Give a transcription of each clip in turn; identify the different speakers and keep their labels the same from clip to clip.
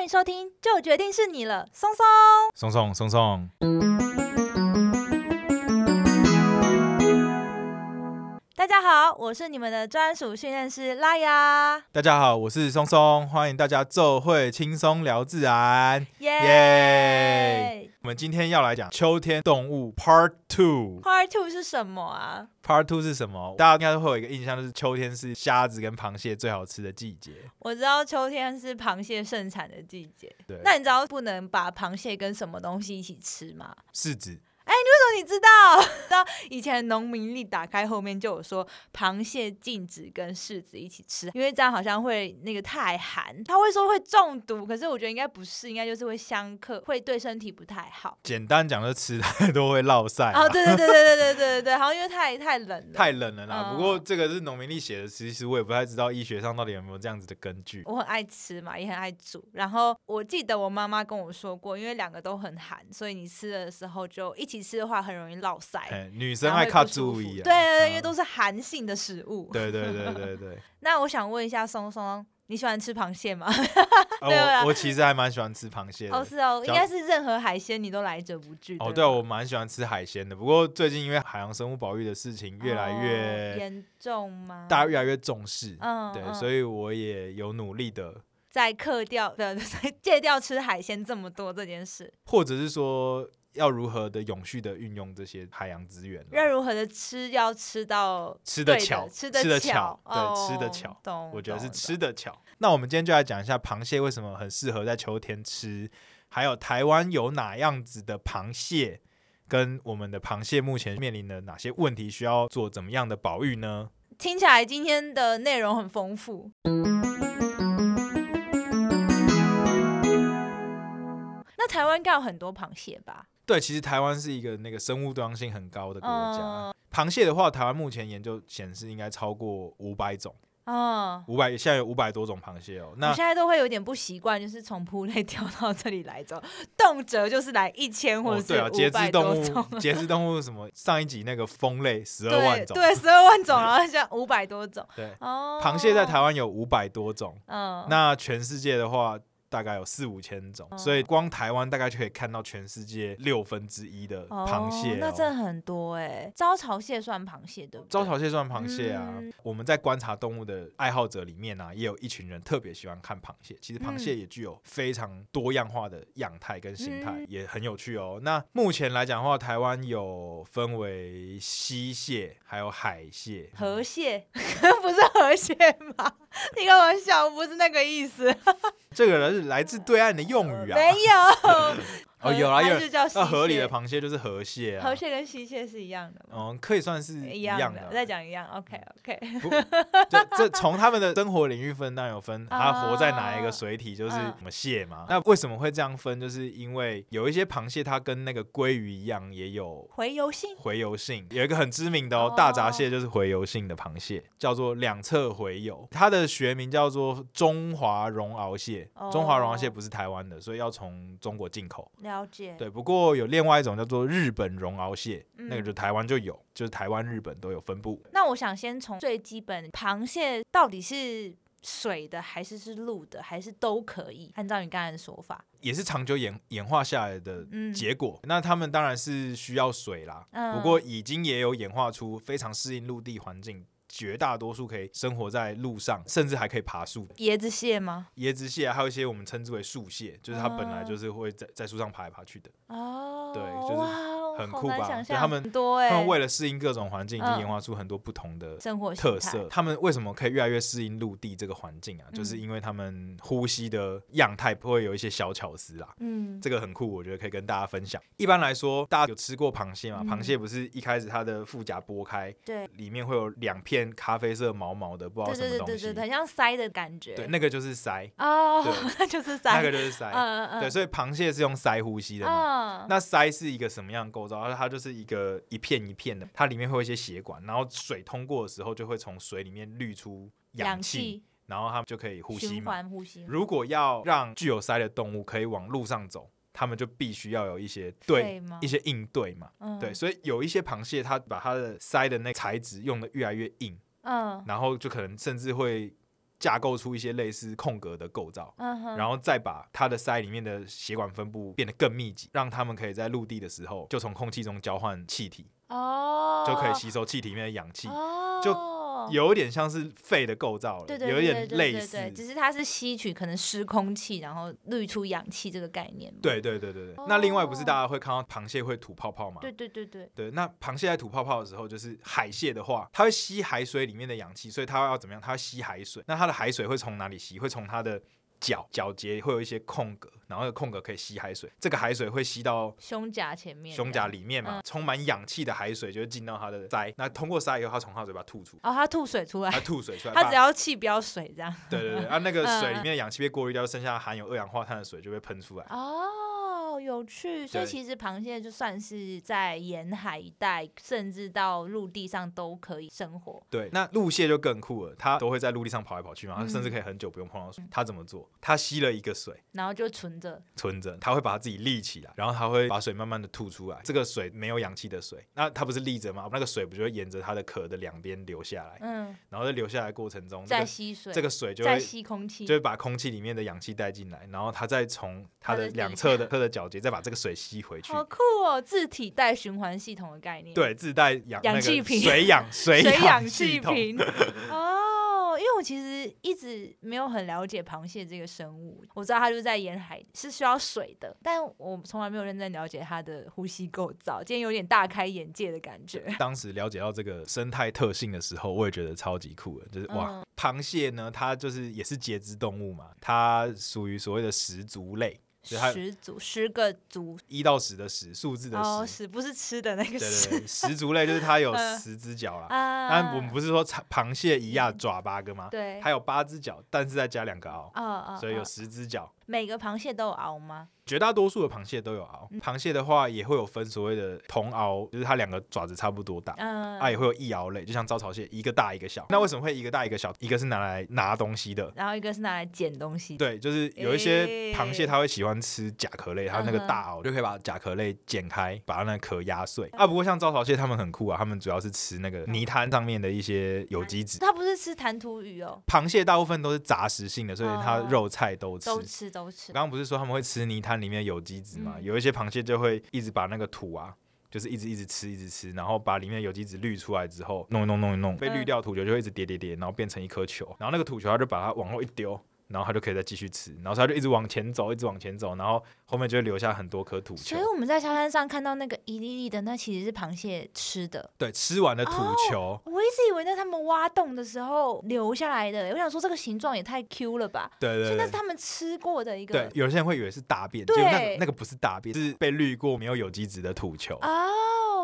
Speaker 1: 迎收听《就决定是你了》，松松。
Speaker 2: 松松松松，
Speaker 1: 大家好，我是你们的专属训练师拉雅，
Speaker 2: 大家好，我是松松，欢迎大家奏会轻松聊自然。
Speaker 1: 耶
Speaker 2: 耶我们今天要来讲秋天动物 Part Two。
Speaker 1: ！Part Two 是什么啊？
Speaker 2: Part Two 是什么？大家应该都会有一个印象，就是秋天是虾子跟螃蟹最好吃的季节。
Speaker 1: 我知道秋天是螃蟹盛产的季节，
Speaker 2: 对，
Speaker 1: 那你知道不能把螃蟹跟什么东西一起吃吗？哦
Speaker 2: 柿子
Speaker 1: 为什么你知道？ 知道以前农民历打开后面就有说，螃蟹禁止跟柿子一起吃，因为这样好像会那个太寒，他会说会中毒，可是我觉得应该不是，应该就是会相克，会对身体不太好。
Speaker 2: 简单讲，就是吃太多会落晒啦。
Speaker 1: 哦，对对对对对对对对，好像因为太太冷了。
Speaker 2: 太冷了啦，
Speaker 1: 嗯
Speaker 2: 不过这个是农民历写的，其实我也不太知道医学上到底有没有这样子的根据。
Speaker 1: 我很爱吃嘛，也很爱煮。然后我记得我妈妈跟我说过，因为两个都很寒，所以你吃的时候就一起吃的话，很容易落腮。
Speaker 2: 哎，女
Speaker 1: 然
Speaker 2: 生
Speaker 1: 后
Speaker 2: 爱
Speaker 1: 会
Speaker 2: 看
Speaker 1: 不舒
Speaker 2: 注
Speaker 1: 服
Speaker 2: 意
Speaker 1: 对
Speaker 2: 啊，
Speaker 1: 对对，因为
Speaker 2: 嗯
Speaker 1: 都是寒性的食物。
Speaker 2: 对对对对对。
Speaker 1: 那我想问一下松松，你喜欢吃螃蟹吗？
Speaker 2: 啊，
Speaker 1: 对啊
Speaker 2: 我我其实还蛮喜欢吃螃蟹的
Speaker 1: 哦，。是哦，
Speaker 2: 只
Speaker 1: 应
Speaker 2: 要
Speaker 1: 该是任何海鲜你都来者不拒。
Speaker 2: 哦，
Speaker 1: 吧
Speaker 2: 对啊，我蛮喜欢吃海鲜的。不过最近因为海洋生物保育的事情越来
Speaker 1: 哦
Speaker 2: 越
Speaker 1: 严重吗？
Speaker 2: 大，家越来越重视，
Speaker 1: 嗯，
Speaker 2: 对，
Speaker 1: 嗯
Speaker 2: 所以我也有努力的，
Speaker 1: 在克掉的 在戒掉吃海鲜这么多这件事，
Speaker 2: 或者是说要如何的永续的运用这些海洋资源啦，
Speaker 1: 要如何的吃要吃到
Speaker 2: 吃的
Speaker 1: 对
Speaker 2: 巧，
Speaker 1: 吃
Speaker 2: 的
Speaker 1: 的
Speaker 2: 巧，
Speaker 1: 哦
Speaker 2: 对，吃的巧。
Speaker 1: 懂，
Speaker 2: 我觉得是
Speaker 1: 哦懂
Speaker 2: 吃。的巧。那我们今天就来讲一下螃蟹为什么很适合在秋天吃，还有台湾有哪样子的螃蟹，跟我们的螃蟹目前面临的哪些问题，需要做怎么样的保育呢？
Speaker 1: 懂听起来今天的内容很丰富。那台湾应该有很多螃蟹吧？
Speaker 2: 对，其实台湾是一个那个生物多样性很高的国家。
Speaker 1: 嗯
Speaker 2: 螃蟹的话，台湾目前研究显示应该超过五百种，
Speaker 1: 哦，
Speaker 2: 五百现在有五百多种螃蟹哦。那
Speaker 1: 我现在都会有点不习惯，就是从铺类跳到这里来走， 动辄就是来一千或
Speaker 2: 哦，
Speaker 1: 者
Speaker 2: 对
Speaker 1: 是
Speaker 2: 啊，
Speaker 1: 五
Speaker 2: 节肢
Speaker 1: 百多
Speaker 2: 动
Speaker 1: 种，
Speaker 2: 物，节肢动物什么？上一集那个蜂类十二
Speaker 1: 对
Speaker 2: 万种，
Speaker 1: 对，十二万种，然后像五百多种
Speaker 2: 对
Speaker 1: 哦。
Speaker 2: 螃蟹在台，湾有五百多种，
Speaker 1: 嗯，
Speaker 2: 那全世界的话大概有四五千种，
Speaker 1: 哦
Speaker 2: 所以光台湾大概就可以看到全世界六分之一的螃蟹、
Speaker 1: 哦、那真的。很多哎、招潮蟹算螃蟹对不对？
Speaker 2: 招潮蟹算螃蟹啊！
Speaker 1: 嗯
Speaker 2: 我们在观察动物的爱好者里面啊，也有一群人特别喜欢看螃蟹。其实螃
Speaker 1: 嗯
Speaker 2: 蟹也具有非常多样化的样态跟形态，
Speaker 1: 嗯
Speaker 2: 也很有趣哦。那目前来讲的话，台湾有分为溪蟹，还有海蟹、
Speaker 1: 河蟹 不是河蟹吗？ 你干嘛笑？不是那个意思，
Speaker 2: 这个是来自对岸的用语啊。
Speaker 1: 没有。
Speaker 2: 哦，有啊，
Speaker 1: 它
Speaker 2: 有
Speaker 1: 就叫
Speaker 2: 那
Speaker 1: 溪
Speaker 2: 河里
Speaker 1: 蟹
Speaker 2: 的螃蟹就是河蟹啊，
Speaker 1: 河蟹跟溪蟹是一样的吗？
Speaker 2: 嗯，可以算是
Speaker 1: 一
Speaker 2: 样
Speaker 1: 的，
Speaker 2: 的。嗯
Speaker 1: 我在讲一样。OK OK，
Speaker 2: 这这从他们的生活领域分，当然有分，它
Speaker 1: 啊
Speaker 2: 活在哪一个 水体，就是
Speaker 1: 嗯
Speaker 2: 什么蟹嘛。那为什么会这样分？就是因为有一些螃蟹，它跟那个鲑鱼一样，也有
Speaker 1: 回游性
Speaker 2: 洄游性。有一个很知名的哦
Speaker 1: 哦，
Speaker 2: 大闸蟹就是洄游性的螃蟹，叫做两侧洄游，它的学名叫做中华绒螯蟹
Speaker 1: 哦。
Speaker 2: 中华绒螯蟹不是台湾的，所以要从中国进口。
Speaker 1: 了解，
Speaker 2: 对，不过有另外一种叫做日本绒螯蟹，那个
Speaker 1: 嗯
Speaker 2: 就台湾就有，就是台湾、日本都有分布。
Speaker 1: 那我想先从最基本，螃蟹到底是水的还是是陆的，还是都可以？按照你刚才的说法，
Speaker 2: 也是长久演演化下来的
Speaker 1: 嗯
Speaker 2: 结果。那他们当然是需要水啦，
Speaker 1: 嗯
Speaker 2: 不过已经也有演化出非常适应陆地环境。绝大多数可以生活在路上，甚至还可以爬树。
Speaker 1: 椰子蟹吗？
Speaker 2: 椰子蟹啊还有一些我们称之为树蟹，就是它本来
Speaker 1: 啊
Speaker 2: 就是会在在树上爬来爬去的。
Speaker 1: 哦，
Speaker 2: 对就是
Speaker 1: 哇，哦
Speaker 2: 很
Speaker 1: 好
Speaker 2: 酷
Speaker 1: 难
Speaker 2: 吧
Speaker 1: 想
Speaker 2: 就
Speaker 1: 象
Speaker 2: 他们
Speaker 1: 很多
Speaker 2: 他
Speaker 1: 哎、
Speaker 2: 们为了适应各种环境，已经
Speaker 1: 嗯
Speaker 2: 演化出很多不同的
Speaker 1: 生活形
Speaker 2: 特
Speaker 1: 态
Speaker 2: 色。他们为什么可以越来越适应陆地这个环境啊？就是
Speaker 1: 嗯
Speaker 2: 因为他们呼吸的样态不会有一些小巧思啦。
Speaker 1: 嗯，
Speaker 2: 这个很酷，我觉得可以跟大家分享。一般来说，大家有吃过螃蟹吗？
Speaker 1: 嗯
Speaker 2: 螃蟹不是一开始它的腹甲剥开，
Speaker 1: 对，
Speaker 2: 里面会有两片咖啡色毛毛的，不知道
Speaker 1: 对
Speaker 2: 什
Speaker 1: 对
Speaker 2: 么
Speaker 1: 对
Speaker 2: 东
Speaker 1: 对
Speaker 2: 西
Speaker 1: 对，。很像鳃的感觉，
Speaker 2: 对，那个就是鳃，
Speaker 1: 哦
Speaker 2: 对，
Speaker 1: 那就是 鳃，
Speaker 2: 那个就是
Speaker 1: 嗯
Speaker 2: 鳃。
Speaker 1: 嗯嗯，
Speaker 2: 对，所以螃蟹是用鳃呼吸的嘛。
Speaker 1: 嗯，
Speaker 2: 那鳃是一个什么样的构造？它就是一个一片一片的，它里面会有一些血管，然后水通过的时候就会从水里面滤出氧
Speaker 1: 氧
Speaker 2: 气，
Speaker 1: 气
Speaker 2: 然后它们就可以呼吸
Speaker 1: 循
Speaker 2: 嘛。
Speaker 1: 环呼吸，
Speaker 2: 如果要让具有鳃的动物可以往路上走，它们就必须要有一些
Speaker 1: 肺
Speaker 2: 对
Speaker 1: 吗
Speaker 2: 一些应对嘛。
Speaker 1: 嗯
Speaker 2: 对，，所以有一些螃蟹，它把它的鳃的那材质用的越来越硬，
Speaker 1: 嗯，
Speaker 2: 然后就可能甚至会架构出一些类似空格的构造，
Speaker 1: 嗯哼，
Speaker 2: 然后再把它的鳃里面的血管分布变得更密集，让它们可以在陆地的时候就从空气中交换气体，
Speaker 1: 哦，
Speaker 2: 就可以吸收气体里面的氧气，
Speaker 1: 哦，
Speaker 2: 就有点像是肺的构造了，
Speaker 1: 对对
Speaker 2: 有
Speaker 1: 对
Speaker 2: 一
Speaker 1: 对
Speaker 2: 点
Speaker 1: 对
Speaker 2: 类
Speaker 1: 对
Speaker 2: 似。
Speaker 1: 对，只是它是吸取可能湿空气，然后滤出氧气这个概念嘛。
Speaker 2: 对对对对对那另外不是
Speaker 1: 哦
Speaker 2: 大家会看到螃蟹会吐泡泡吗？
Speaker 1: 对对对对，
Speaker 2: 对，那螃蟹在吐泡泡的时候，就是海蟹的话，它会吸海水里面的氧气，所以它要怎么样？它要吸海水。那它的海水会从哪里吸？会从它的脚脚节会有一些空格，然后那个空格可以吸海水。这个海水会吸到
Speaker 1: 胸甲前面，嗯
Speaker 2: 胸甲。里面嘛，充满氧气的海水就会进到它的鳃。那通过鳃以后，它从它嘴巴吐出，
Speaker 1: 哦，它吐水出
Speaker 2: 它
Speaker 1: 来，
Speaker 2: 吐水出 来。
Speaker 1: 它
Speaker 2: 把
Speaker 1: 只要气不要水这样。
Speaker 2: 对对对，啊，那个
Speaker 1: 嗯
Speaker 2: 水里
Speaker 1: 嗯
Speaker 2: 面的氧气被过滤掉，剩下含有二氧化碳的水就被喷出来。
Speaker 1: 哦，有趣。所以
Speaker 2: 对
Speaker 1: 其实螃蟹就算是在沿海一带，甚至到陆地上都可以生活。
Speaker 2: 对，那陆蟹就更酷了，它都会在陆地上跑来跑去嘛，它
Speaker 1: 嗯
Speaker 2: 甚至可以很久不用碰到水。它怎么做？它吸了一个水。
Speaker 1: 然后就存着，
Speaker 2: 存着，它会把它自己立起来，然后它会把水慢慢的吐出来。这个水没有氧气的水，那它不是立着吗？那个水不就会沿着它的壳的两边流下来，
Speaker 1: 嗯，
Speaker 2: 然后在流下来的过程中，哎这
Speaker 1: 在
Speaker 2: 个
Speaker 1: 吸水，
Speaker 2: 这个水就
Speaker 1: 在
Speaker 2: 会
Speaker 1: 吸空气
Speaker 2: 就，会把空气里面的氧气带进来，然后它再从它的两侧的它的脚节再把这个水吸回去。
Speaker 1: 好酷哦！自体带循环系统的概念，，
Speaker 2: 对，自带氧
Speaker 1: 氧
Speaker 2: 那个
Speaker 1: 气瓶
Speaker 2: 水氧水
Speaker 1: 水氧
Speaker 2: 系
Speaker 1: 气
Speaker 2: 统。
Speaker 1: 瓶。哦，因为我其实一直没有很了解螃蟹这个生物，我知道它就是在沿海是需要水的，但我从来没有认真了解它的呼吸构造，今天有点大开眼界的感觉。
Speaker 2: 当时了解到这个生态特性的时候，我也觉得超级酷的，
Speaker 1: 嗯
Speaker 2: 就是哇，螃蟹呢，它就是也是节肢动物嘛，它属于所谓的食足类，所以它
Speaker 1: 十足，十个足
Speaker 2: 一到十的十，数字的十，
Speaker 1: 哦，十不是吃的那个
Speaker 2: 对
Speaker 1: 十
Speaker 2: 对对，十足类就是它有
Speaker 1: 嗯
Speaker 2: 十只脚啦。
Speaker 1: 啊
Speaker 2: 但我们不是说长螃蟹一样爪八个吗？
Speaker 1: 对，
Speaker 2: 它有八只脚，但是再加两个螯，
Speaker 1: 啊啊，
Speaker 2: 所以有
Speaker 1: 啊
Speaker 2: 十只脚。
Speaker 1: 每个螃蟹都有螯吗？
Speaker 2: 绝大多数的螃蟹都有螯，
Speaker 1: 嗯
Speaker 2: 螃蟹的话也会有分所谓的同螯，就是它两个爪子差不多大。
Speaker 1: 嗯，
Speaker 2: 啊，也会有一螯类，就像招潮蟹，一个大一个小。那为什么会一个大一个小？一个是拿来拿东西的，
Speaker 1: 然后一个是拿来捡东西的，
Speaker 2: 对，就是有一些
Speaker 1: 诶
Speaker 2: 螃蟹它会喜欢吃甲壳类，它那个
Speaker 1: 嗯哼
Speaker 2: 大哦螯就可以把甲壳类剪开，把它那个壳压碎。
Speaker 1: 嗯
Speaker 2: 啊，不过像招潮蟹它们很酷啊，它们主要是吃那个泥滩上面的一些有机质。
Speaker 1: 它不是吃弹涂鱼哦，
Speaker 2: 螃蟹大部分都是杂食性的，所以它
Speaker 1: 哦
Speaker 2: 肉菜都吃。
Speaker 1: 都吃都吃
Speaker 2: 我刚刚不是说他们会吃泥滩里面的有机质吗？
Speaker 1: 嗯
Speaker 2: 有一些螃蟹就会一直把那个土啊，就是一直一直吃，一直吃，然后把里面的有机质滤出来之后，弄一弄弄一
Speaker 1: 嗯
Speaker 2: 弄，被滤掉土球就会一直叠叠叠，然后变成一颗球，然后那个土球它就把它往后一丢。然后它就可以再继续吃，然后它就一直往前走，一直往前走，然后后面就会留下很多颗土球
Speaker 1: 所以。我们在沙滩上看到那个一粒粒的，那其实是螃蟹吃的。
Speaker 2: 对，吃完的土球，
Speaker 1: 我一直以为那是他们挖洞的时候留下来的，我想说这个形状也太 Q 了吧，
Speaker 2: 对
Speaker 1: 所以
Speaker 2: 对
Speaker 1: 那是
Speaker 2: 对，
Speaker 1: 他们吃过的一
Speaker 2: 对
Speaker 1: 个，
Speaker 2: 有些人会以为是大便，结
Speaker 1: 对
Speaker 2: 果那个那个不是大便，是被滤过没有有机质的土球。
Speaker 1: 哦。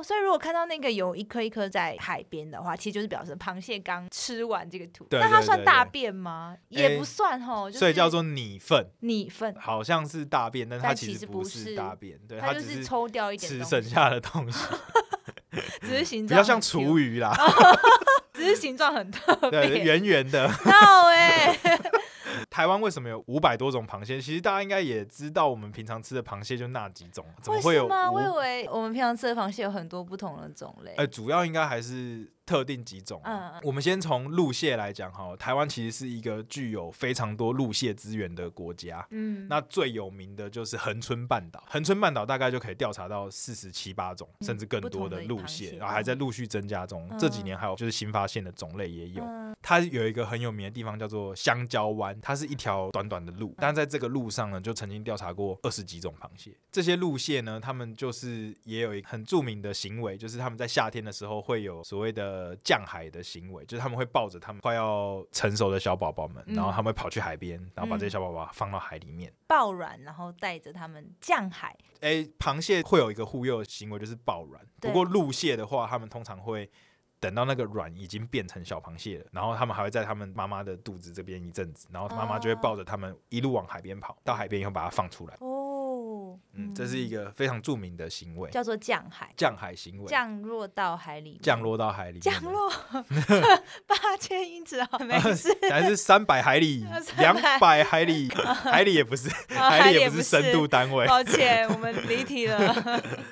Speaker 1: 所以如果看到那个有一颗一颗在海边的话，其实就是表示螃蟹刚吃完这个土。
Speaker 2: 对
Speaker 1: 那它
Speaker 2: 对
Speaker 1: 算
Speaker 2: 对
Speaker 1: 大
Speaker 2: 对
Speaker 1: 便吗？
Speaker 2: 诶
Speaker 1: 也不算吼，就是
Speaker 2: 所以叫做拟粪。
Speaker 1: 拟粪，
Speaker 2: 好像是大便，但是它
Speaker 1: 但
Speaker 2: 其
Speaker 1: 其
Speaker 2: 实
Speaker 1: 实
Speaker 2: 不
Speaker 1: 不
Speaker 2: 是
Speaker 1: 是
Speaker 2: 大便，对，
Speaker 1: 它
Speaker 2: 它
Speaker 1: 就
Speaker 2: 只
Speaker 1: 是
Speaker 2: 是
Speaker 1: 抽掉一点
Speaker 2: 吃
Speaker 1: 东
Speaker 2: 剩
Speaker 1: 西，
Speaker 2: 下 的东西，
Speaker 1: 只是形
Speaker 2: 比
Speaker 1: 状
Speaker 2: 较
Speaker 1: 很
Speaker 2: 像
Speaker 1: Q
Speaker 2: 厨，余
Speaker 1: 哦
Speaker 2: 啦，
Speaker 1: 只是形状很特
Speaker 2: 对，
Speaker 1: 别。
Speaker 2: 圆圆的。
Speaker 1: 闹哎，
Speaker 2: 台湾为什么有五百多种螃蟹？其实大家应该也知道，我们平常吃的螃蟹就那几种， 怎么
Speaker 1: 为
Speaker 2: 会
Speaker 1: 什
Speaker 2: 有
Speaker 1: 么？我以
Speaker 2: 五？
Speaker 1: 为我们平常吃的螃蟹有很多不同的种类。
Speaker 2: 呃，主要应该还是特定几种啊。
Speaker 1: 嗯嗯
Speaker 2: 我们先从陆蟹来讲哈，台湾其实是一个具有非常多陆蟹资源的国家。
Speaker 1: 嗯，
Speaker 2: 那最有名的就是恒春半岛，恒春半岛大概就可以调查到四十七八种，
Speaker 1: 嗯
Speaker 2: 甚至更多的
Speaker 1: 不同
Speaker 2: 陆
Speaker 1: 的
Speaker 2: 蟹，
Speaker 1: 螃蟹
Speaker 2: 然后还在陆续增加中。
Speaker 1: 嗯
Speaker 2: 这几年还有就是新发现的种类也有。
Speaker 1: 嗯
Speaker 2: 它有一个很有名的地方叫做香蕉湾，它是一条短短的
Speaker 1: 嗯
Speaker 2: 路，但在这个路上呢，就曾经调查过二十几种螃蟹。这些陆蟹呢，它们就是也有一个很著名的行为，就是它们在夏天的时候会有所谓的降海的行为，就是它们会抱着它们快要成熟的小宝宝们，
Speaker 1: 嗯
Speaker 2: 然后它们会跑去海边，然后把这些
Speaker 1: 嗯
Speaker 2: 小宝宝放到海里面。
Speaker 1: 爆卵，然后带着它们降海。
Speaker 2: 诶，螃蟹会有一个护幼的行为，就是抱卵。不
Speaker 1: 对
Speaker 2: 过陆蟹的话，它们通常会等到那个卵已经变成小螃蟹了，然后它们还会在它们妈妈的肚子这边一阵子，然后妈妈就会
Speaker 1: 哦
Speaker 2: 抱着它们一路往海边跑，到海边以后把它放出来。
Speaker 1: 哦，
Speaker 2: 嗯，这是一个非常著名的行为，
Speaker 1: 叫做降海，
Speaker 2: 降海行为，
Speaker 1: 降落到海里面，
Speaker 2: 降落到海里面的，
Speaker 1: 降 落八千英尺啊，没事，、
Speaker 2: 还是三百海里
Speaker 1: 三
Speaker 2: 两
Speaker 1: 百
Speaker 2: 百海里，海里也不是，
Speaker 1: 啊
Speaker 2: 海里也
Speaker 1: 也
Speaker 2: 不是深度单 位，
Speaker 1: 抱歉，我们离题 了。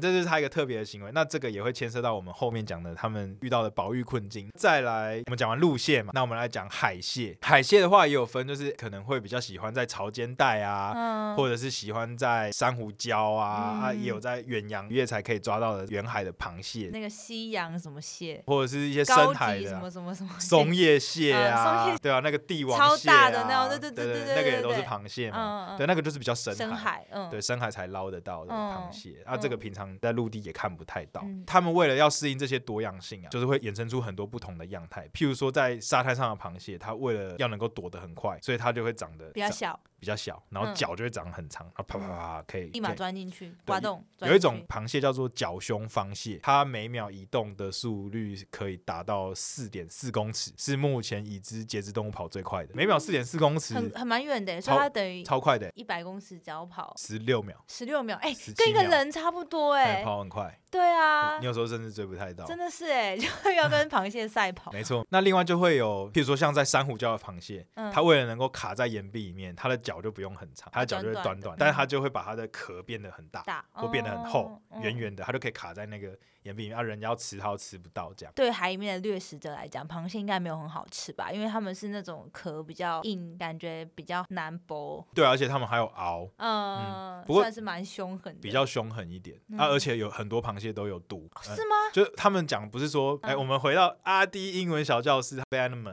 Speaker 2: 这就是他一个特别的行为。那这个也会牵涉到我们后面讲的他们遇到的保育困境。再来，我们讲完路蟹嘛，那我们来讲海蟹。海蟹的话也有分，就是可能会比较喜欢在潮间带啊。
Speaker 1: 嗯，
Speaker 2: 或者是喜欢在珊瑚礁啊，
Speaker 1: 嗯
Speaker 2: 啊也有在远洋渔业才可以抓到的远海的螃蟹，
Speaker 1: 那个西洋什么蟹，
Speaker 2: 或者是一些深
Speaker 1: 高
Speaker 2: 海
Speaker 1: 级
Speaker 2: 的
Speaker 1: 什
Speaker 2: 啊、
Speaker 1: 么什么什么蟹
Speaker 2: 松叶蟹
Speaker 1: 嗯
Speaker 2: 啊，
Speaker 1: 松叶
Speaker 2: 对啊，那个帝王
Speaker 1: 超
Speaker 2: 蟹、啊、
Speaker 1: 大的那种对
Speaker 2: 对
Speaker 1: 对对对
Speaker 2: 那个也
Speaker 1: 对
Speaker 2: 都是
Speaker 1: 对
Speaker 2: 螃蟹
Speaker 1: 嗯
Speaker 2: 嘛，
Speaker 1: 嗯嗯
Speaker 2: 对，那个就是比较深啊
Speaker 1: 深海，嗯，
Speaker 2: 对，深海才捞得到的螃蟹，啊，这个
Speaker 1: 嗯
Speaker 2: 平常在陆地也看不太到。
Speaker 1: 嗯
Speaker 2: 他们为了要适应这些多样性啊，就是会衍生出很多不同的样态。譬如说，在沙滩上的螃蟹，它为了要能够躲得很快，所以它就会长得
Speaker 1: 比较
Speaker 2: 长
Speaker 1: 小，
Speaker 2: 比较小，然后
Speaker 1: 嗯
Speaker 2: 脚就会长得很长，然后啪啪啪啪可以
Speaker 1: 立马
Speaker 2: 可以
Speaker 1: 钻进去，挖洞。钻
Speaker 2: 有一
Speaker 1: 进
Speaker 2: 种
Speaker 1: 去
Speaker 2: 螃蟹叫做角胸方蟹，它每秒移动的速率可以达到四点四公尺，是目前已知节肢动物跑最快的，每秒四点四公尺，
Speaker 1: 很很蛮远的，所以
Speaker 2: 超
Speaker 1: 它等于
Speaker 2: 超快的，
Speaker 1: 一百公尺只要跑
Speaker 2: 十六秒，
Speaker 1: 十六秒，哎、
Speaker 2: 17
Speaker 1: 跟一个
Speaker 2: 秒
Speaker 1: 人差不多
Speaker 2: 哎
Speaker 1: 哎、
Speaker 2: 跑很快，
Speaker 1: 对啊
Speaker 2: 你，有时候甚至追不太到。
Speaker 1: 真的是哎、 就要跟螃蟹赛跑。
Speaker 2: 没错，那另外就会有，譬如说像在珊瑚礁的螃蟹，
Speaker 1: 嗯
Speaker 2: 它为了能够卡在岩壁里面，它的脚就不用很长，它的脚就会短
Speaker 1: 短短的
Speaker 2: 短，但是它就会把它的壳变得很大，
Speaker 1: 大
Speaker 2: 或变得很厚
Speaker 1: 哦，嗯
Speaker 2: 圆圆的，它就可以卡在那个岩壁里面，啊，人家要吃它都吃不到这样。
Speaker 1: 对海里面的掠食者来讲，螃蟹应该没有很好吃吧？因为它们是那种壳比较硬，感觉比较难剥，
Speaker 2: 对啊，而且它们还有螯，
Speaker 1: 嗯，
Speaker 2: 不过
Speaker 1: 算是蛮凶狠的，
Speaker 2: 比较凶狠一点、
Speaker 1: 嗯
Speaker 2: 啊，而且有很多螃蟹都有毒。
Speaker 1: 哦
Speaker 2: 呃
Speaker 1: 是吗？
Speaker 2: 就是他们讲不是说，哎、
Speaker 1: 嗯
Speaker 2: 我们回到阿迪英文小教室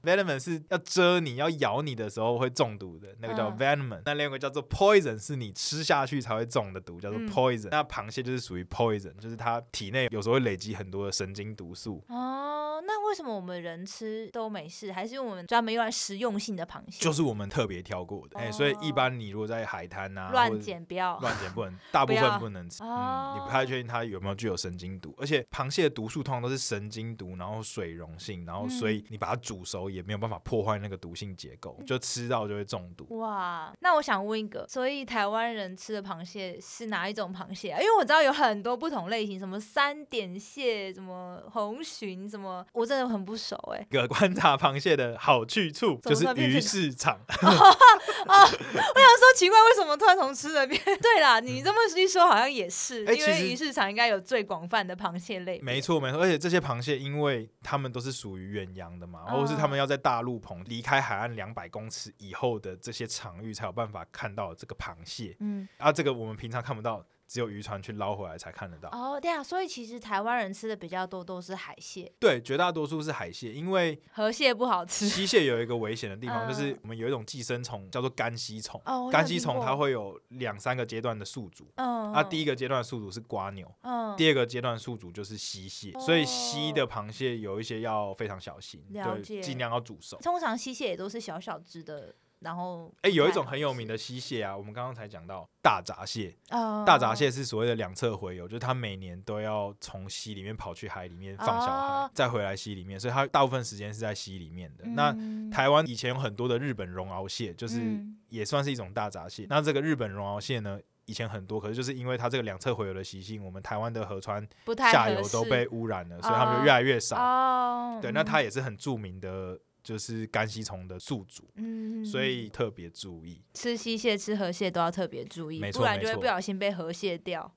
Speaker 2: ，venom，venom 是要蛰你、要咬你的时候会中毒的，那个叫
Speaker 1: 嗯
Speaker 2: venom、那另外一个叫做 poison，是你吃下去才会中的毒，叫做
Speaker 1: 嗯
Speaker 2: poison、那螃蟹就是属于 poison，就是它体内有时候会累积很多的神经毒素。
Speaker 1: 哦，那为什么我们人吃都没事，还是因为我们专门用来食用性的螃蟹？
Speaker 2: 就是我们特别挑过的，哎、所以一
Speaker 1: 哦
Speaker 2: 般你如果在海滩啊，或
Speaker 1: 乱
Speaker 2: 者
Speaker 1: 捡不要，
Speaker 2: 乱捡不能，大部
Speaker 1: 不
Speaker 2: 分
Speaker 1: 要
Speaker 2: 不能吃。嗯
Speaker 1: 哦，
Speaker 2: 你不太确定它有没有具有神经毒，而且螃蟹的毒素通常都是神经毒，然后水溶性，然后所以
Speaker 1: 嗯
Speaker 2: 你把它煮熟也没有办法破坏那个毒性结构，就吃到就会中毒。
Speaker 1: 哇，那我想问一个，所以台湾人吃的螃蟹是哪一种螃蟹啊？因为我知道有很多不同类型，什么三点蟹，什么红鲟，什么我真的很不熟哎、
Speaker 2: 一个观察螃蟹的好去处
Speaker 1: 怎么
Speaker 2: 就是
Speaker 1: 突然变
Speaker 2: 鱼
Speaker 1: 成
Speaker 2: 市场，
Speaker 1: 我想说奇怪，为什么突然从吃的变？ 对啦，你这么一说好像也是，
Speaker 2: 嗯哎
Speaker 1: 因
Speaker 2: 其实
Speaker 1: 为鱼市场应该有最广泛的螃蟹类别。
Speaker 2: 没错没错，而且这些螃蟹因为它们都是属于远洋的嘛，
Speaker 1: 嗯
Speaker 2: 或者是它们要在大陆棚离开海岸两百公尺以后的这些场域才有办法看到这个螃蟹
Speaker 1: 嗯，
Speaker 2: 啊，这个我们平常看不到，只有渔船去捞回来才看得到。
Speaker 1: 哦，对啊，所以其实台湾人吃的比较多都是海蟹，
Speaker 2: 对，绝大多数是海蟹，因为
Speaker 1: 河蟹不好 吃。
Speaker 2: 吸蟹有一个危险的地
Speaker 1: 嗯
Speaker 2: 方，就是我们有一种寄生虫叫做肝吸虫。
Speaker 1: 哦，我
Speaker 2: 肝
Speaker 1: 有
Speaker 2: 吸
Speaker 1: 听
Speaker 2: 虫它
Speaker 1: 过，
Speaker 2: 会有两三个阶段的宿主，
Speaker 1: 嗯，
Speaker 2: 那第
Speaker 1: 一，
Speaker 2: 一个阶段的宿主是瓜牛，
Speaker 1: 嗯，
Speaker 2: 第二个阶段的宿主就是吸蟹，
Speaker 1: 哦
Speaker 2: 所以吸的螃蟹有一些要非常小心，
Speaker 1: 了
Speaker 2: 对，
Speaker 1: 解
Speaker 2: 尽量要煮熟。
Speaker 1: 通常吸蟹也都是小小只的，然后
Speaker 2: 哎，有一
Speaker 1: 太
Speaker 2: 种
Speaker 1: 好
Speaker 2: 很有
Speaker 1: 吃
Speaker 2: 名的吸蟹啊，我们刚刚才讲到大闸蟹，
Speaker 1: 哦
Speaker 2: 大闸蟹是所谓的两侧洄游，就是它每年都要从溪里面跑去海里面放小孩，
Speaker 1: 哦
Speaker 2: 再回来溪里面，所以它大部分时间是在溪里面的。那
Speaker 1: 嗯
Speaker 2: 台湾以前有很多的日本绒螯蟹，就是
Speaker 1: 嗯
Speaker 2: 也算是一种大闸蟹。那这个日本绒螯蟹呢，以前很多，可是就是因为它这个两侧洄游的习性，我们台湾的河川
Speaker 1: 不太
Speaker 2: 下
Speaker 1: 合
Speaker 2: 游都
Speaker 1: 适
Speaker 2: 被污染了，所以它们就越来越少。
Speaker 1: 哦，
Speaker 2: 对，那它也是很著名的，就是肝吸虫的宿主，
Speaker 1: 嗯，嗯
Speaker 2: 所以特别注意。
Speaker 1: 吃溪蟹、吃河蟹都要特别注意
Speaker 2: 没，错
Speaker 1: 不然
Speaker 2: 没
Speaker 1: 就会
Speaker 2: 错
Speaker 1: 不小心被河蟹掉。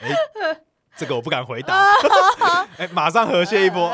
Speaker 2: 哎、 这个我不敢 回答。哎、马上河蟹一波。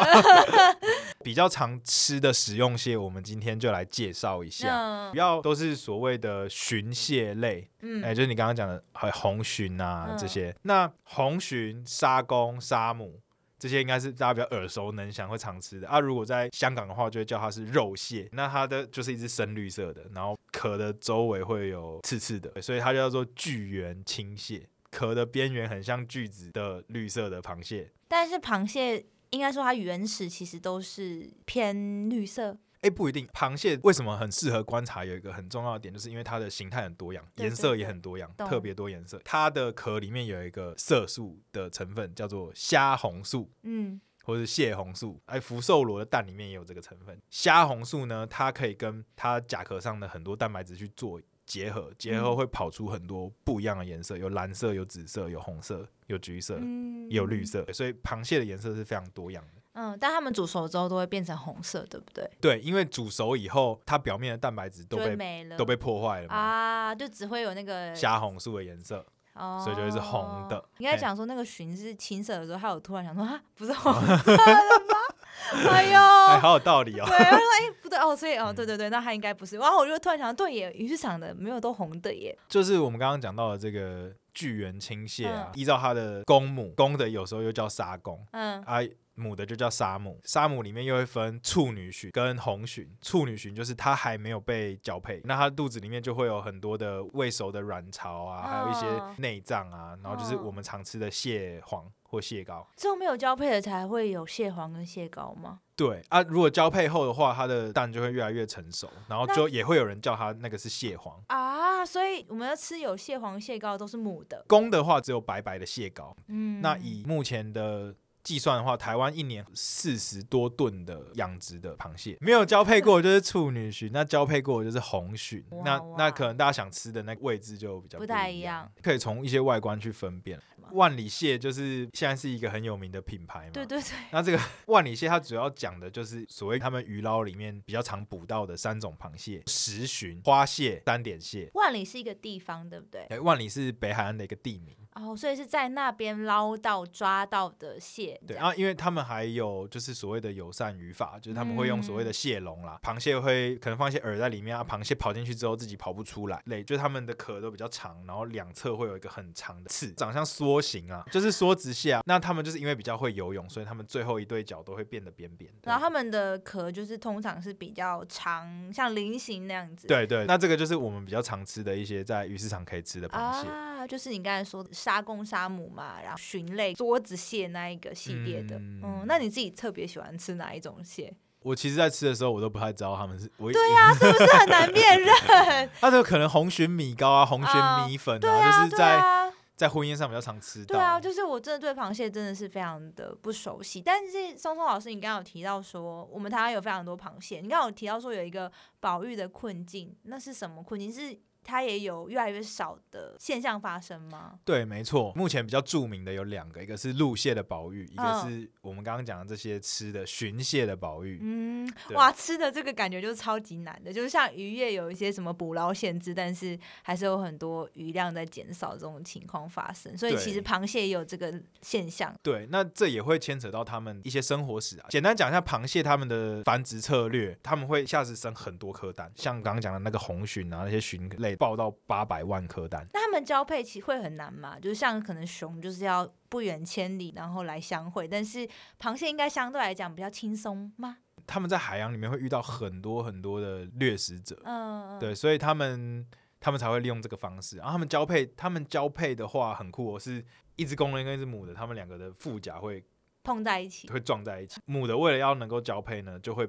Speaker 2: 比较常吃的食用蟹，我们今天就来介绍一下。
Speaker 1: 那
Speaker 2: 主要都是所谓的鲟蟹类，啊哎、
Speaker 1: 嗯，
Speaker 2: 就是你刚刚讲的呃红鲟啊、
Speaker 1: 嗯
Speaker 2: 这些。那红鲟、沙公、沙母这些应该是大家比较耳熟能详、会常吃的啊。如果在香港的话，就会叫它是肉蟹。那它的就是一只深绿色的，然后壳的周围会有刺刺的，所以它就叫做巨圆青蟹。壳的边缘很像锯子的绿色的螃蟹。
Speaker 1: 但是螃蟹应该说它原始其实都是偏绿色，
Speaker 2: 哎，不一定。螃蟹为什么很适合观察？有一个很重要的点，就是因为它的形态很多样，
Speaker 1: 对
Speaker 2: 颜色也很多样，
Speaker 1: 对懂
Speaker 2: 特别多颜色。它的壳里面有一个色素的成分，叫做虾红素。
Speaker 1: 嗯，
Speaker 2: 或是蟹红素，哎，福寿螺的蛋里面也有这个成分。虾红素呢，它可以跟它甲壳上的很多蛋白质去做结合，结
Speaker 1: 嗯
Speaker 2: 合会跑出很多不一样的颜色，有蓝色，有紫色，有红色，有橘色，
Speaker 1: 嗯
Speaker 2: 也有绿。色，所以螃蟹的颜色是非常多样的。
Speaker 1: 嗯，但他们煮熟之后都会变成红色，对不对？
Speaker 2: 对，因为煮熟以后，它表面的蛋白质都
Speaker 1: 就会
Speaker 2: 被
Speaker 1: 没了，
Speaker 2: 都被破坏了嘛，
Speaker 1: 啊，就只会有那个，
Speaker 2: 虾红素的颜色。
Speaker 1: 哦
Speaker 2: 所以就会是红的
Speaker 1: 应该讲说那个鲟是青色的时候，害我突然想说啊，不是红色 的吗？哎呦，
Speaker 2: 哎，好有道理哦。
Speaker 1: 对，我就说哎、不对哦，所以哦，
Speaker 2: 嗯
Speaker 1: 对对对，那它应该不是。然后我就突然想到，对耶，鱼市场的没有都红的耶。
Speaker 2: 就是我们刚刚讲到的这个巨源青蟹啊，依照它的公母，公的有时候又叫沙公
Speaker 1: 嗯，
Speaker 2: 啊。母的就叫沙母，沙母里面又会分处女鲟跟红鲟。处女鲟就是它还没有被交配，那它肚子里面就会有很多的未熟的卵巢啊，还有一
Speaker 1: 哦
Speaker 2: 些内脏啊，然后就是
Speaker 1: 哦
Speaker 2: 我们常吃的蟹黄或蟹膏。
Speaker 1: 只有没有交配的才会有蟹黄跟蟹膏吗？
Speaker 2: 对啊，如果交配后的话，它的蛋就会越来越成熟，然后
Speaker 1: 那
Speaker 2: 就也会有人叫它那个是蟹黄。
Speaker 1: 啊，所以我们要吃有蟹黄、蟹膏都是母的。
Speaker 2: 公的话只有白白的蟹膏，
Speaker 1: 嗯，
Speaker 2: 那以目前的计算的话，台湾一年四十多吨的养殖的螃蟹，没有交配过就是处女鲟，那交配过就是红鲟
Speaker 1: 哇，
Speaker 2: 那
Speaker 1: 哇
Speaker 2: 那可能大家想吃的那个位置就比较
Speaker 1: 不
Speaker 2: 一
Speaker 1: 太一
Speaker 2: 样
Speaker 1: 样，
Speaker 2: 可以从一些外观去分辨
Speaker 1: 么。
Speaker 2: 万里蟹就是现在是一个很有名的品牌嘛，
Speaker 1: 对对对，
Speaker 2: 那这个万里蟹，它主要讲的就是所谓他们鱼捞里面比较常捕到的三种螃蟹：石鲟、花蟹、单点蟹。
Speaker 1: 万里是一个地方，对不对？
Speaker 2: 哎，万里是北海岸的一个地名，
Speaker 1: 哦，所以是在那边捞到抓到的蟹。这
Speaker 2: 对。啊然
Speaker 1: 样
Speaker 2: 后，因为他们还有就是所谓的友善渔法，就是他们会用所谓
Speaker 1: 嗯
Speaker 2: 的蟹笼啦，螃蟹会可能放一些饵在里面啊，螃蟹跑进去之后自己跑不出来，类就是它们的壳都比较长，然后两侧会有一个很长的刺，长相梭形啊，就是梭子蟹啊。那他们就是因为比较会游泳，所以他们最后一对脚都会变得扁扁的。
Speaker 1: 然后它们的壳就是通常是比较长，像菱形那样子。
Speaker 2: 对对，那这个就是我们比较常吃的一些在鱼市场可以吃的螃蟹。
Speaker 1: 啊，就是你刚才说的沙公沙母嘛，然后鲟类、桌子蟹那一个系列的。嗯
Speaker 2: 嗯
Speaker 1: 那你自己特别喜欢吃哪一种蟹？
Speaker 2: 我其实，在吃的时候，我都不太知道他们是我。对
Speaker 1: 对呀、是不是很难辨认？
Speaker 2: 那就可能红鲟米糕啊，红鲟米粉
Speaker 1: 对啊，
Speaker 2: 就是
Speaker 1: 对
Speaker 2: 在、
Speaker 1: 啊。
Speaker 2: 在婚宴上比较常吃到。
Speaker 1: 对啊，就是我真的对螃蟹真的是非常的不熟悉。但是松松老师，你刚刚有提到说，我们台湾有非常多螃蟹。你刚刚有提到说有一个保育的困境，那是什么困境？是它也有越来越少的现象发生吗？
Speaker 2: 对没错。目前比较著名的有两个，一个是陆蟹的保育，一个
Speaker 1: 嗯
Speaker 2: 是我们刚刚讲的这些吃的鲟蟹的保育。
Speaker 1: 嗯，
Speaker 2: 对
Speaker 1: 哇，吃的这个感觉就是超级难的，就是像渔业有一些什么捕捞限制，但是还是有很多鱼量在减少这种情况发生。所以
Speaker 2: 对
Speaker 1: 其实螃蟹也有这个现象。
Speaker 2: 对，那这也会牵扯到他们一些生活史啊。简单讲一下螃蟹他们的繁殖策略，他们会一下子生很多颗蛋，像刚刚讲的那个红鲟啊，那些鲟类爆到八百万颗蛋。
Speaker 1: 那他们交配其实会很难嘛？就是像可能熊就是要不远千里然后来相会，但是螃蟹应该相对来讲比较轻松吗？
Speaker 2: 他们在海洋里面会遇到很多很多的掠食者，
Speaker 1: 嗯，
Speaker 2: 对，所以他们他们才会利用这个方式。然后他们交配，他们交配的话很酷、哦，是一只公的跟一只母的，他们两个的腹甲会
Speaker 1: 碰在一起。
Speaker 2: 会撞在一起。母的为了要能够交配呢，就会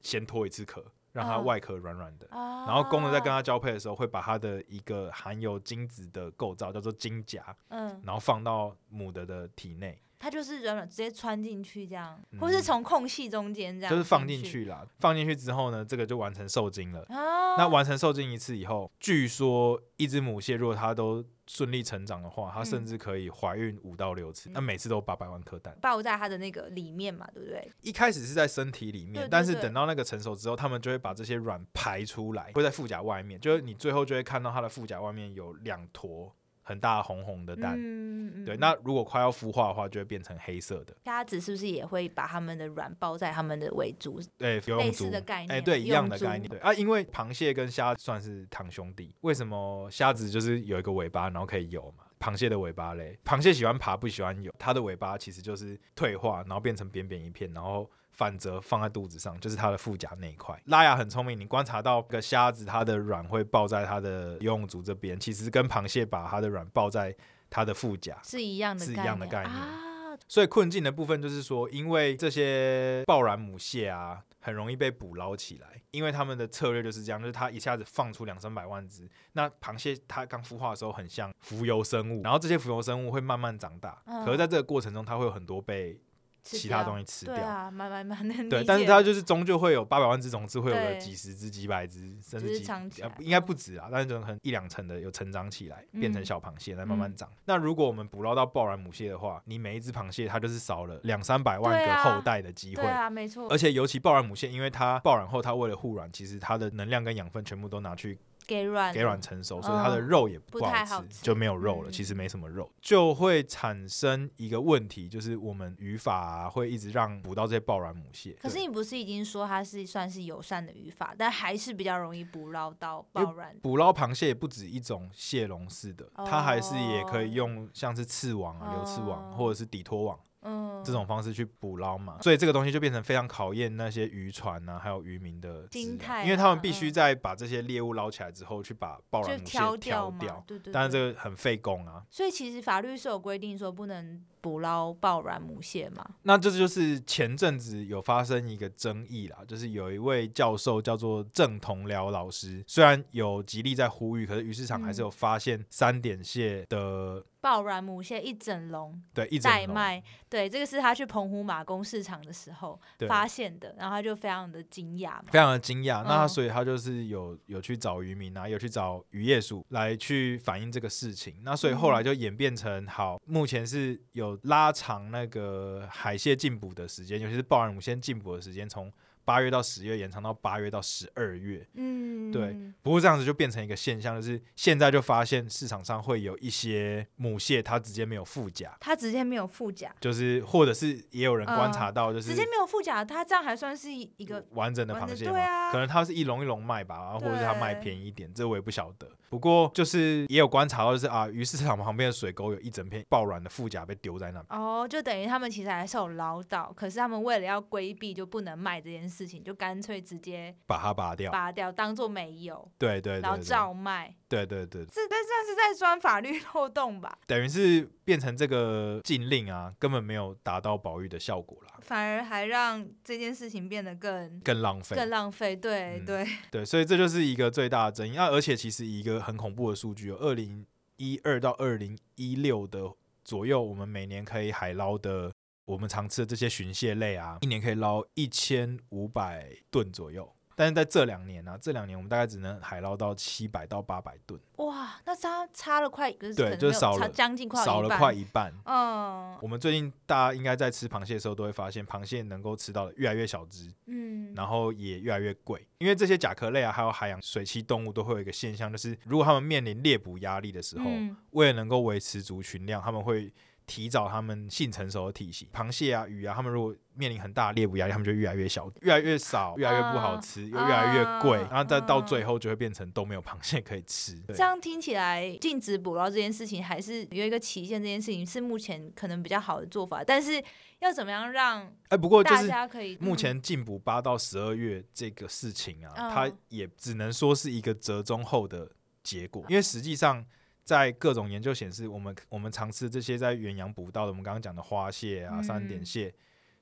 Speaker 2: 先脱一次壳，让它
Speaker 1: 嗯
Speaker 2: 外壳软软的。
Speaker 1: 啊
Speaker 2: 然后公的在跟它交配的时候，会把它的一个含有精子的构造叫做精夹，
Speaker 1: 嗯，
Speaker 2: 然后放到母的的体内，
Speaker 1: 它就是软软直接穿进去这样，
Speaker 2: 嗯
Speaker 1: 或是从空隙中间这样，
Speaker 2: 就是放进去啦。放进去之后呢，这个就完成受精了。
Speaker 1: 啊。
Speaker 2: 那完成受精一次以后，据说一只母蟹如果它都顺利成长的话，它甚至可以怀孕五到六次，
Speaker 1: 嗯
Speaker 2: 那每次都八百万颗蛋。
Speaker 1: 抱在它的那个里面嘛，对不对？
Speaker 2: 一开始是在身体里
Speaker 1: 对
Speaker 2: 面
Speaker 1: 对，
Speaker 2: 但是
Speaker 1: 对
Speaker 2: 等到那个成熟之后，它们就会把这些卵排出来，会在腹甲外面，就是你最后就会看到它的腹甲外面有两坨很大红红的蛋。
Speaker 1: 嗯，嗯
Speaker 2: 对，
Speaker 1: 嗯
Speaker 2: 那如果快要孵化的话，就会变成黑色的，
Speaker 1: 鸭子是不是也会把它们的卵包在它们的尾足？
Speaker 2: 对，哎游
Speaker 1: 类
Speaker 2: 泳
Speaker 1: 似
Speaker 2: 族
Speaker 1: 的概念
Speaker 2: 哎，对，一样的
Speaker 1: 泳族
Speaker 2: 概念，对啊，因为螃蟹跟虾算是堂兄弟，为什么虾子就是有一个尾巴，然后可以游嘛？螃蟹的尾巴嘞，螃蟹喜欢爬，不喜欢游，它的尾巴其实就是退化，然后变成扁扁一片，然后反折放在肚子上，就是它的腹甲那一块。拉雅很聪明，你观察到个虾子，它的卵会抱在它的游泳足这边，其实跟螃蟹把它的卵抱在它的腹甲，
Speaker 1: 是一样的
Speaker 2: 是
Speaker 1: 概
Speaker 2: 一
Speaker 1: 念，
Speaker 2: 样的概念
Speaker 1: 啊。
Speaker 2: 所以困境的部分就是说，因为这些抱卵母蟹啊，很容易被捕捞起来，因为他们的策略就是这样，就是它一下子放出两三百万只。那螃蟹它刚孵化的时候很像浮游生物，然后这些浮游生物会慢慢长大，
Speaker 1: 嗯
Speaker 2: 可是在这个过程中，它会有很多被
Speaker 1: 吃
Speaker 2: 其他
Speaker 1: 掉
Speaker 2: 东西吃掉。
Speaker 1: 对啊，蛮蛮蛮能理
Speaker 2: 对，
Speaker 1: 解。
Speaker 2: 但是它就是终究会有八百万只种子，会有个
Speaker 1: 对
Speaker 2: 几十只、几百只，甚
Speaker 1: 就是
Speaker 2: 至几
Speaker 1: 长起
Speaker 2: 呃
Speaker 1: 来
Speaker 2: 应该不止啊，但是可能一两层的有成长起来，变成
Speaker 1: 嗯
Speaker 2: 小螃蟹，再慢慢
Speaker 1: 嗯
Speaker 2: 长。那如果我们捕捞到爆卵母蟹的话，你每一只螃蟹它就是少了两三百万
Speaker 1: 对
Speaker 2: 个
Speaker 1: 啊
Speaker 2: 后代的机会
Speaker 1: 对。啊，没错，
Speaker 2: 而且尤其爆卵母蟹，因为它爆卵后，它为了护卵，其实它的能量跟养分全部都拿去
Speaker 1: 给软
Speaker 2: 给卵
Speaker 1: 了
Speaker 2: 成熟，所以它的肉也
Speaker 1: 嗯
Speaker 2: 不
Speaker 1: 不太
Speaker 2: 吃，
Speaker 1: 好吃
Speaker 2: 就没有肉了。
Speaker 1: 嗯
Speaker 2: 其实没什么肉，就会产生一个问题，就是我们语法、啊、会一直让捕到这些爆卵母蟹。
Speaker 1: 可是
Speaker 2: 对
Speaker 1: 你不是已经说它是算是友善的语法，但还是比较容易捕捞到
Speaker 2: 因为
Speaker 1: 爆卵。
Speaker 2: 捕捞螃蟹也不止一种蟹笼式的，
Speaker 1: 哦
Speaker 2: 它还是也可以用像是刺网啊、流刺网
Speaker 1: 哦
Speaker 2: 或者是底拖网
Speaker 1: 嗯，
Speaker 2: 这种方式去捕捞嘛。所以这个东西就变成非常考验那些渔船啊，还有渔民的
Speaker 1: 心
Speaker 2: 质量
Speaker 1: 态啊
Speaker 2: 因为他们必须
Speaker 1: 嗯
Speaker 2: 在把这些猎物捞起来之后，去把爆
Speaker 1: 就
Speaker 2: 卵母蟹
Speaker 1: 挑
Speaker 2: 挑
Speaker 1: 嘛，
Speaker 2: 掉。
Speaker 1: 对对
Speaker 2: 但是
Speaker 1: 对
Speaker 2: 这个很费工啊，
Speaker 1: 所以其实法律是有规定说不能捕捞爆卵母蟹嘛。
Speaker 2: 那这就是前阵子有发生一个争议啦，就是有一位教授叫做郑同僚老师，虽然有极力在呼吁，可是鱼市场还
Speaker 1: 嗯
Speaker 2: 是有发现三点蟹的
Speaker 1: 爆卵母蟹一整笼
Speaker 2: 对一整
Speaker 1: 代
Speaker 2: 笼
Speaker 1: 卖，对，这个是他去澎湖马公市场的时候
Speaker 2: 对
Speaker 1: 发现的，然后他就非常的惊讶嘛。
Speaker 2: 非常的惊讶。
Speaker 1: 嗯
Speaker 2: 那他所以他就是有有去找渔民啊，有去找渔业署来去反映这个事情。那所以后
Speaker 1: 嗯
Speaker 2: 来就演变成好，目前是有拉长那个海蟹进补的时间，尤其是鲍鱼母先进补的时间，从八月到十月延长到八月到十二月。
Speaker 1: 嗯，
Speaker 2: 对不过这样子就变成一个现象，就是现在就发现市场上会有一些母蟹它直接没有附甲，
Speaker 1: 他直接没有附甲，
Speaker 2: 就是或者是也有人观察到，就是
Speaker 1: 嗯直接没有附甲，他这样还算是一个
Speaker 2: 完整的螃
Speaker 1: 完
Speaker 2: 蟹
Speaker 1: 整
Speaker 2: 吗？
Speaker 1: 对啊
Speaker 2: 可能它是一笼一笼卖吧，然后或者是它卖
Speaker 1: 对
Speaker 2: 便宜一点，这我也不晓得。不过就是也有观察到，就是啊，鱼市场旁边的水沟有一整片爆卵的腹甲被丢在那边。
Speaker 1: 哦，就等于他们其实还是有捞到，可是他们为了要规避就不能卖这件事情，就干脆直接
Speaker 2: 把它 拔掉，
Speaker 1: 拔掉，当做没有，
Speaker 2: 对对
Speaker 1: 然后
Speaker 2: 对对
Speaker 1: 照卖。
Speaker 2: 对对对，
Speaker 1: 这但这样是在钻法律 漏洞吧？
Speaker 2: 等于是变成这个禁令啊，根本没有达到保育的效果啦，
Speaker 1: 反而还让这件事情变得更
Speaker 2: 更浪费，
Speaker 1: 更浪费。对、
Speaker 2: 嗯
Speaker 1: 对，
Speaker 2: 对，所以这就是一个最大的争议。那、而且其实一个很恐怖的数据、哦，二零一二到二零一六的左右，我们每年可以海捞的，我们常吃的这些鲟蟹类啊，一年可以捞一千五百吨左右。但是在这两年啊，这两年我们大概只能海捞到七百到八百吨，
Speaker 1: 哇，那差差了快，就是
Speaker 2: 对
Speaker 1: 可能
Speaker 2: 就
Speaker 1: 没有
Speaker 2: 少
Speaker 1: 差
Speaker 2: 了
Speaker 1: 将近快
Speaker 2: 少
Speaker 1: 一
Speaker 2: 了
Speaker 1: 半
Speaker 2: 快一半。
Speaker 1: 嗯
Speaker 2: 我们最近大家应该在吃螃蟹的时候都会发现，螃蟹能够吃到的越来越小只，
Speaker 1: 嗯，
Speaker 2: 然后也越来越贵，因为这些甲壳类啊，还有海洋水栖动物都会有一个现象，就是如果它们面临猎捕压力的时候，
Speaker 1: 嗯
Speaker 2: 为了能够维持族群量，他们会提早他们性成熟的体型。螃蟹啊、鱼啊，它们如果面临很大的猎捕压力，它们就越来越小，越来越少，越来越不好
Speaker 1: 啊
Speaker 2: 吃，又越来越贵，
Speaker 1: 嗯
Speaker 2: 然后再到最后就会变成都没有螃蟹可以吃。对
Speaker 1: 这样听起来，禁止捕捞这件事情还是有一个期限，这件事情是目前可能比较好的做法。但是要怎么样让
Speaker 2: 哎、不过就
Speaker 1: 大
Speaker 2: 是
Speaker 1: 家可以、
Speaker 2: 目前进补八到十二月这个事情啊，
Speaker 1: 嗯
Speaker 2: 它也只能说是一个折中后的结果，因为实际上在各种研究显示，我们我们常吃这些在远洋捕到的，我们刚刚讲的花蟹啊、
Speaker 1: 嗯
Speaker 2: 三点蟹，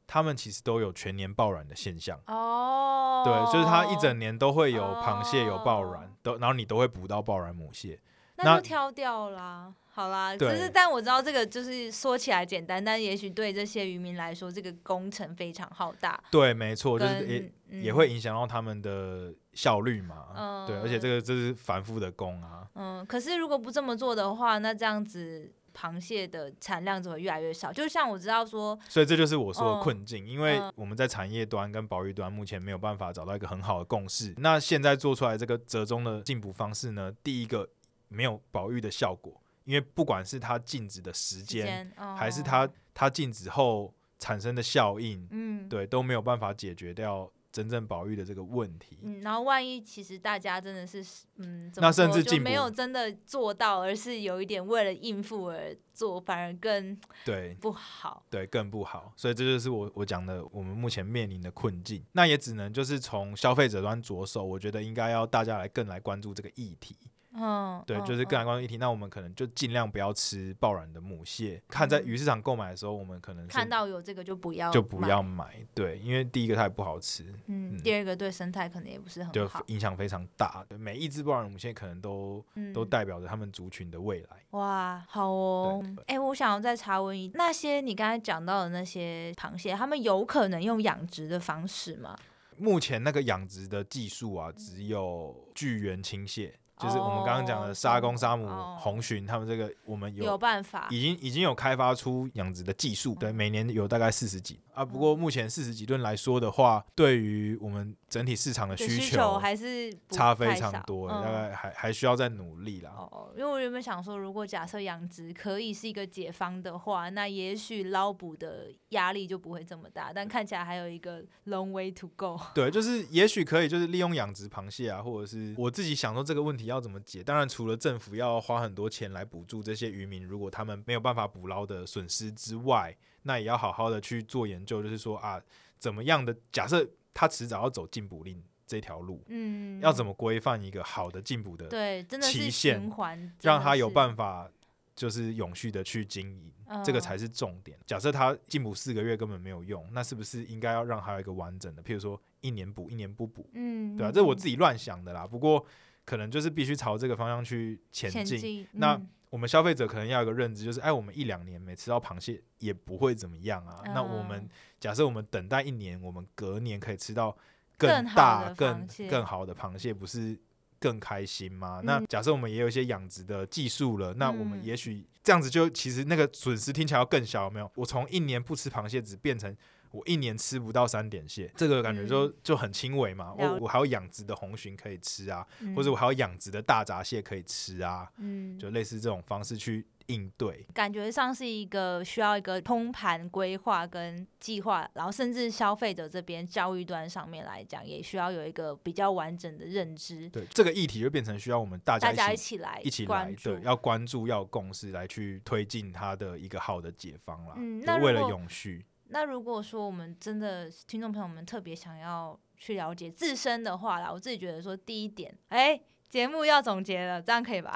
Speaker 2: 它们其实都有全年爆卵的现象。
Speaker 1: 嗯哦，
Speaker 2: 对，就是它一整年都会有螃蟹有爆
Speaker 1: 哦
Speaker 2: 卵，都然后你都会捕到爆卵母蟹。
Speaker 1: 那
Speaker 2: 那
Speaker 1: 就挑掉啦。好啦，
Speaker 2: 对
Speaker 1: 只是但我知道这个就是说起来简单，但也许对这些渔民来说，这个工程非常浩大，
Speaker 2: 对，没错，就是
Speaker 1: 跟
Speaker 2: 也、
Speaker 1: 嗯
Speaker 2: 也会影响到他们的效率嘛。
Speaker 1: 嗯
Speaker 2: 对，而且这个这是反复的工啊。
Speaker 1: 嗯。可是如果不这么做的话，那这样子螃蟹的产量只会越来越少。就像我知道说，
Speaker 2: 所以这就是我说
Speaker 1: 嗯
Speaker 2: 的困境，因为
Speaker 1: 嗯
Speaker 2: 我们在产业端跟保育端目前没有办法找到一个很好的共识。那现在做出来这个折中的进补方式呢，第一个没有保育的效果，因为不管是它禁止的时
Speaker 1: 之
Speaker 2: 间，
Speaker 1: 间、哦、
Speaker 2: 还是它它禁止后产生的效应，
Speaker 1: 嗯
Speaker 2: 对，都没有办法解决掉真正保育的这个问题。
Speaker 1: 嗯，然后万一其实大家真的是嗯，怎
Speaker 2: 那
Speaker 1: 么
Speaker 2: 甚
Speaker 1: 说
Speaker 2: 至
Speaker 1: 就
Speaker 2: 进
Speaker 1: 没
Speaker 2: 步
Speaker 1: 有真的做到，而是有一点为了应付而做，反而更
Speaker 2: 对，
Speaker 1: 不好。
Speaker 2: 对，更不好。所以这就是我我讲的我们目前面临的困境。那也只能就是从消费者端着手，我觉得应该要大家来更来关注这个议题。
Speaker 1: 嗯，
Speaker 2: 对，
Speaker 1: 嗯
Speaker 2: 就是更。来关注议题。那我们可能就尽量不要吃爆软的母蟹。看在
Speaker 1: 嗯
Speaker 2: 鱼市场购买的时候，我们可能
Speaker 1: 嗯
Speaker 2: 是
Speaker 1: 看到有这个就不要，
Speaker 2: 就不要。买，对，因为第一个它也不好吃，
Speaker 1: 嗯，
Speaker 2: 嗯
Speaker 1: 第二个对生态可能也不是
Speaker 2: 就
Speaker 1: 很好。
Speaker 2: 影响非常大。对每一只爆软母蟹可能都
Speaker 1: 嗯，
Speaker 2: 都代表着他们族群的未来。
Speaker 1: 哇，好哦
Speaker 2: 对。
Speaker 1: 哎、我想要再查问一，那些你刚才讲到的那些螃蟹，他们有可能用养殖的方式吗？
Speaker 2: 目前那个养殖的技术啊，只
Speaker 1: 嗯
Speaker 2: 有巨源青蟹，就是我们刚刚讲的沙公、沙姆
Speaker 1: 哦、
Speaker 2: 红鲟，他们这个我们
Speaker 1: 有
Speaker 2: 有
Speaker 1: 办法？
Speaker 2: 已经已经有开发出养殖的技术，
Speaker 1: 嗯
Speaker 2: 对，每年有大概四十几啊。不过目前四十几吨来说的话，对于我们整体市场的
Speaker 1: 对
Speaker 2: 需
Speaker 1: 求还是不
Speaker 2: 差非
Speaker 1: 太
Speaker 2: 常
Speaker 1: 少
Speaker 2: 多，
Speaker 1: 嗯
Speaker 2: 大概还还需要再努力啦。
Speaker 1: 哦，因为我原本想说，如果假设养殖可以是一个解放的话，那也许捞捕的压力就不会这么大，
Speaker 2: 嗯
Speaker 1: 但看起来还有一个 long way to go。
Speaker 2: 对，就是也许可以，就是利用养殖螃蟹啊，或者是我自己想说这个问题要怎么解。当然，除了政府要花很多钱来补助这些渔民，如果他们没有办法捕捞的损失之外，那也要好好的去做研究，就是说啊，怎么样的假设他迟早要走禁捕令这条路，
Speaker 1: 嗯，
Speaker 2: 要怎
Speaker 1: 么？
Speaker 2: 么规范一个好的禁捕的，
Speaker 1: 对，真的是
Speaker 2: 期限
Speaker 1: 循环，
Speaker 2: 让他有
Speaker 1: 法，
Speaker 2: 办法就是永续的去经营。这个
Speaker 1: 嗯
Speaker 2: 才是重点。假设他进补四个月根本没有用，那是不是应该要让他有一个完整的，譬如说一年补一年不补，
Speaker 1: 嗯，
Speaker 2: 对啊，这是我
Speaker 1: 嗯
Speaker 2: 自己乱想的啦。不过可能就是必须朝这个方向去前
Speaker 1: 前
Speaker 2: 进。
Speaker 1: 进。
Speaker 2: 那
Speaker 1: 嗯
Speaker 2: 我们消费者可能要有一个认知，就是哎，我们一两年没吃到螃蟹也不会怎么样啊。那我们
Speaker 1: 嗯
Speaker 2: 假设我们等待一年，我们隔年可以吃到
Speaker 1: 更好
Speaker 2: 大、
Speaker 1: 的
Speaker 2: 更
Speaker 1: 螃蟹
Speaker 2: 更好的螃蟹，不是更开心吗？
Speaker 1: 嗯
Speaker 2: 那假设我们也有一些养殖的技术了，那我们
Speaker 1: 嗯
Speaker 2: 也许这样子就其实那个损失听起来要更小，有没有？我从一年不吃螃蟹，只变成。我一年吃不到三点蟹，这个感觉就、就很轻微嘛。
Speaker 1: 嗯了
Speaker 2: 我我还有养殖的红鲟可以吃啊，
Speaker 1: 嗯
Speaker 2: 或者我还有养殖的大闸蟹可以吃啊，
Speaker 1: 嗯，
Speaker 2: 就类似这种方式去应对。
Speaker 1: 感觉上是一个需要一个通盘规划跟计划，然后甚至消费者这边教育端上面来讲，也需要有一个比较完整的认知，
Speaker 2: 对，这个议题就变成需要我们大
Speaker 1: 大
Speaker 2: 家
Speaker 1: 家一
Speaker 2: 一起
Speaker 1: 起来
Speaker 2: 一起来
Speaker 1: 关注
Speaker 2: 对，。要关注，要有共识来去推进它的一个好的解方啦。
Speaker 1: 嗯
Speaker 2: 就
Speaker 1: 那
Speaker 2: 是
Speaker 1: 如
Speaker 2: 为了
Speaker 1: 果
Speaker 2: 永续，
Speaker 1: 那如果说我们真的听众朋友们特别想要去了解自身的话啦，我自己觉得说第一点，哎、节目要总结了，这样可以吧？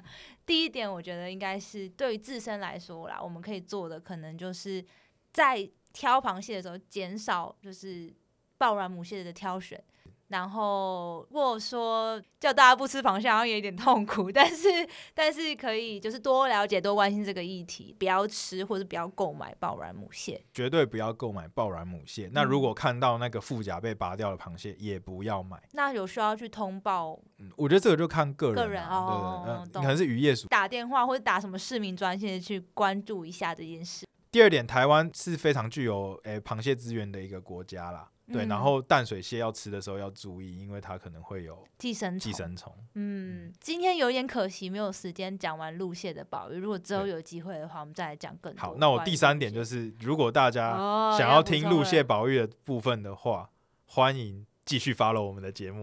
Speaker 1: 第一点，我觉得应该是对于自身来说啦，我们可以做的可能就是在挑螃蟹的时候，减少就是爆卵母蟹的挑选。然后，如果说叫大家不吃螃蟹，好像也有点痛苦，但是但是可以就是多了解、多关心这个议题，不要吃或者不要购买爆卵母蟹。
Speaker 2: 绝对不要购买爆卵母蟹。那
Speaker 1: 嗯
Speaker 2: 如果看到那个腹甲被拔掉的螃蟹，也不要买。
Speaker 1: 那有需要去通报、
Speaker 2: 嗯，我觉得这个就看个人、啊，
Speaker 1: 个人哦
Speaker 2: 对对对，嗯，
Speaker 1: 懂
Speaker 2: 可能是渔业署。
Speaker 1: 打电话或者打什么市民专线去关注一下这件事。
Speaker 2: 第二点，台湾是非常具有诶、螃蟹资源的一个国家啦。对，
Speaker 1: 嗯
Speaker 2: 然后淡水蟹要吃的时候要注意，因为它可能会有
Speaker 1: 寄生虫，
Speaker 2: 寄生虫。
Speaker 1: 嗯，今天有点可惜，没有时间讲完路蟹的保育。如果之后
Speaker 2: 对
Speaker 1: 有机会的话，我们再来讲更多关于
Speaker 2: 好
Speaker 1: 路，蟹。
Speaker 2: 那我第三点就是，如果大家
Speaker 1: 哦
Speaker 2: 想要听
Speaker 1: 路
Speaker 2: 路蟹保育的部分的话，欢迎继续 follow 我们 的节目。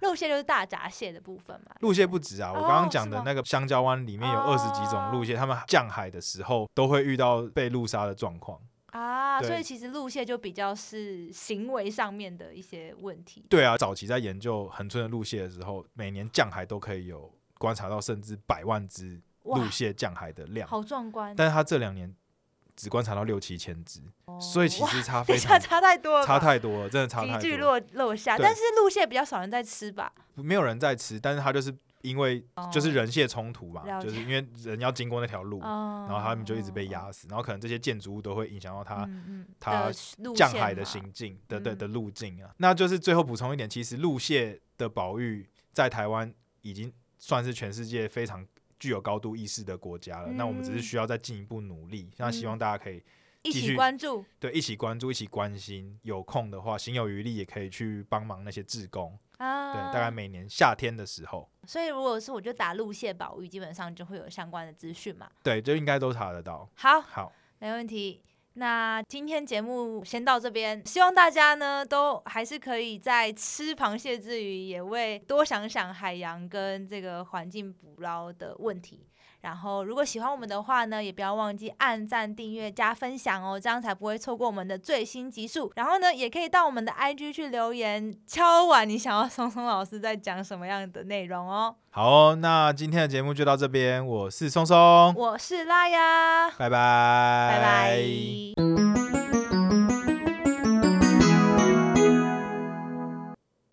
Speaker 1: 路蟹就是大闸蟹的部分嘛。
Speaker 2: 路蟹不止啊，我
Speaker 1: 哦
Speaker 2: 刚刚讲
Speaker 1: 是
Speaker 2: 的
Speaker 1: 吗
Speaker 2: 那个香蕉湾里面有二十几种路蟹，他们降海的时候都会遇到被路杀的状况。
Speaker 1: 啊，
Speaker 2: 对
Speaker 1: 所以其实路蟹就比较是行为上面的一些问题。
Speaker 2: 对啊，早期在研究恒春的路蟹的时候，每年降海都可以有观察到甚至百万只
Speaker 1: 哇
Speaker 2: 路，蟹降海的量，
Speaker 1: 好壮观！
Speaker 2: 但是它这两年只观察到六七千只，
Speaker 1: 哦
Speaker 2: 所以其
Speaker 1: 哇
Speaker 2: 实差
Speaker 1: 等
Speaker 2: 非
Speaker 1: 一下
Speaker 2: 常
Speaker 1: 差太多了吧，
Speaker 2: 差太多了，真的差太
Speaker 1: 急剧
Speaker 2: 多了。
Speaker 1: 落落下。
Speaker 2: 对
Speaker 1: 但是路蟹比较少人在吃吧？
Speaker 2: 没有人在吃，但是它就是因为
Speaker 1: 哦
Speaker 2: 就是人蟹冲突嘛，
Speaker 1: 了解
Speaker 2: 就是因为人要经过那条路，
Speaker 1: 哦
Speaker 2: 然后他们就一直被压死，然后可能这些建筑物都会影响到它
Speaker 1: 嗯嗯
Speaker 2: 啊它
Speaker 1: 的路
Speaker 2: 降
Speaker 1: 线
Speaker 2: 海的
Speaker 1: 嘛
Speaker 2: 行径的的
Speaker 1: 嗯
Speaker 2: 的路径啊。那就是最后补充一点，其实路蟹的保育在台湾已经算是全世界非常具有高度意识的国家了。那我们只是
Speaker 1: 嗯
Speaker 2: 需要再进一步努力，那希望
Speaker 1: 嗯
Speaker 2: 大家可以
Speaker 1: 一
Speaker 2: 继
Speaker 1: 起
Speaker 2: 续
Speaker 1: 关注。
Speaker 2: 对一起关注、一起关心，有空的话，行有余力也可以去帮忙那些志工。
Speaker 1: 啊，
Speaker 2: 对，大概。每年夏天的时候。
Speaker 1: 所以如果是我就打路蟹保育，基本上就会有相关的资讯嘛。
Speaker 2: 对，就应该都查得到。
Speaker 1: 好，
Speaker 2: 好，
Speaker 1: 没问题。那今天节目先到这边，希望大家呢都还是可以在吃螃蟹之余，也为多想想海洋跟这个环境捕捞的问题。然后，如果喜欢我们的话呢，也不要忘记按赞、订阅、加分享哦，这样才不会错过我们的最新集数。然后呢，也可以到我们的 IG 去留言，敲碗你想要松松老师在讲什么样的内容哦。
Speaker 2: 好哦，那今天的节目就到这边，我是松松，
Speaker 1: 我是拉呀，
Speaker 2: 拜拜，
Speaker 1: 拜拜。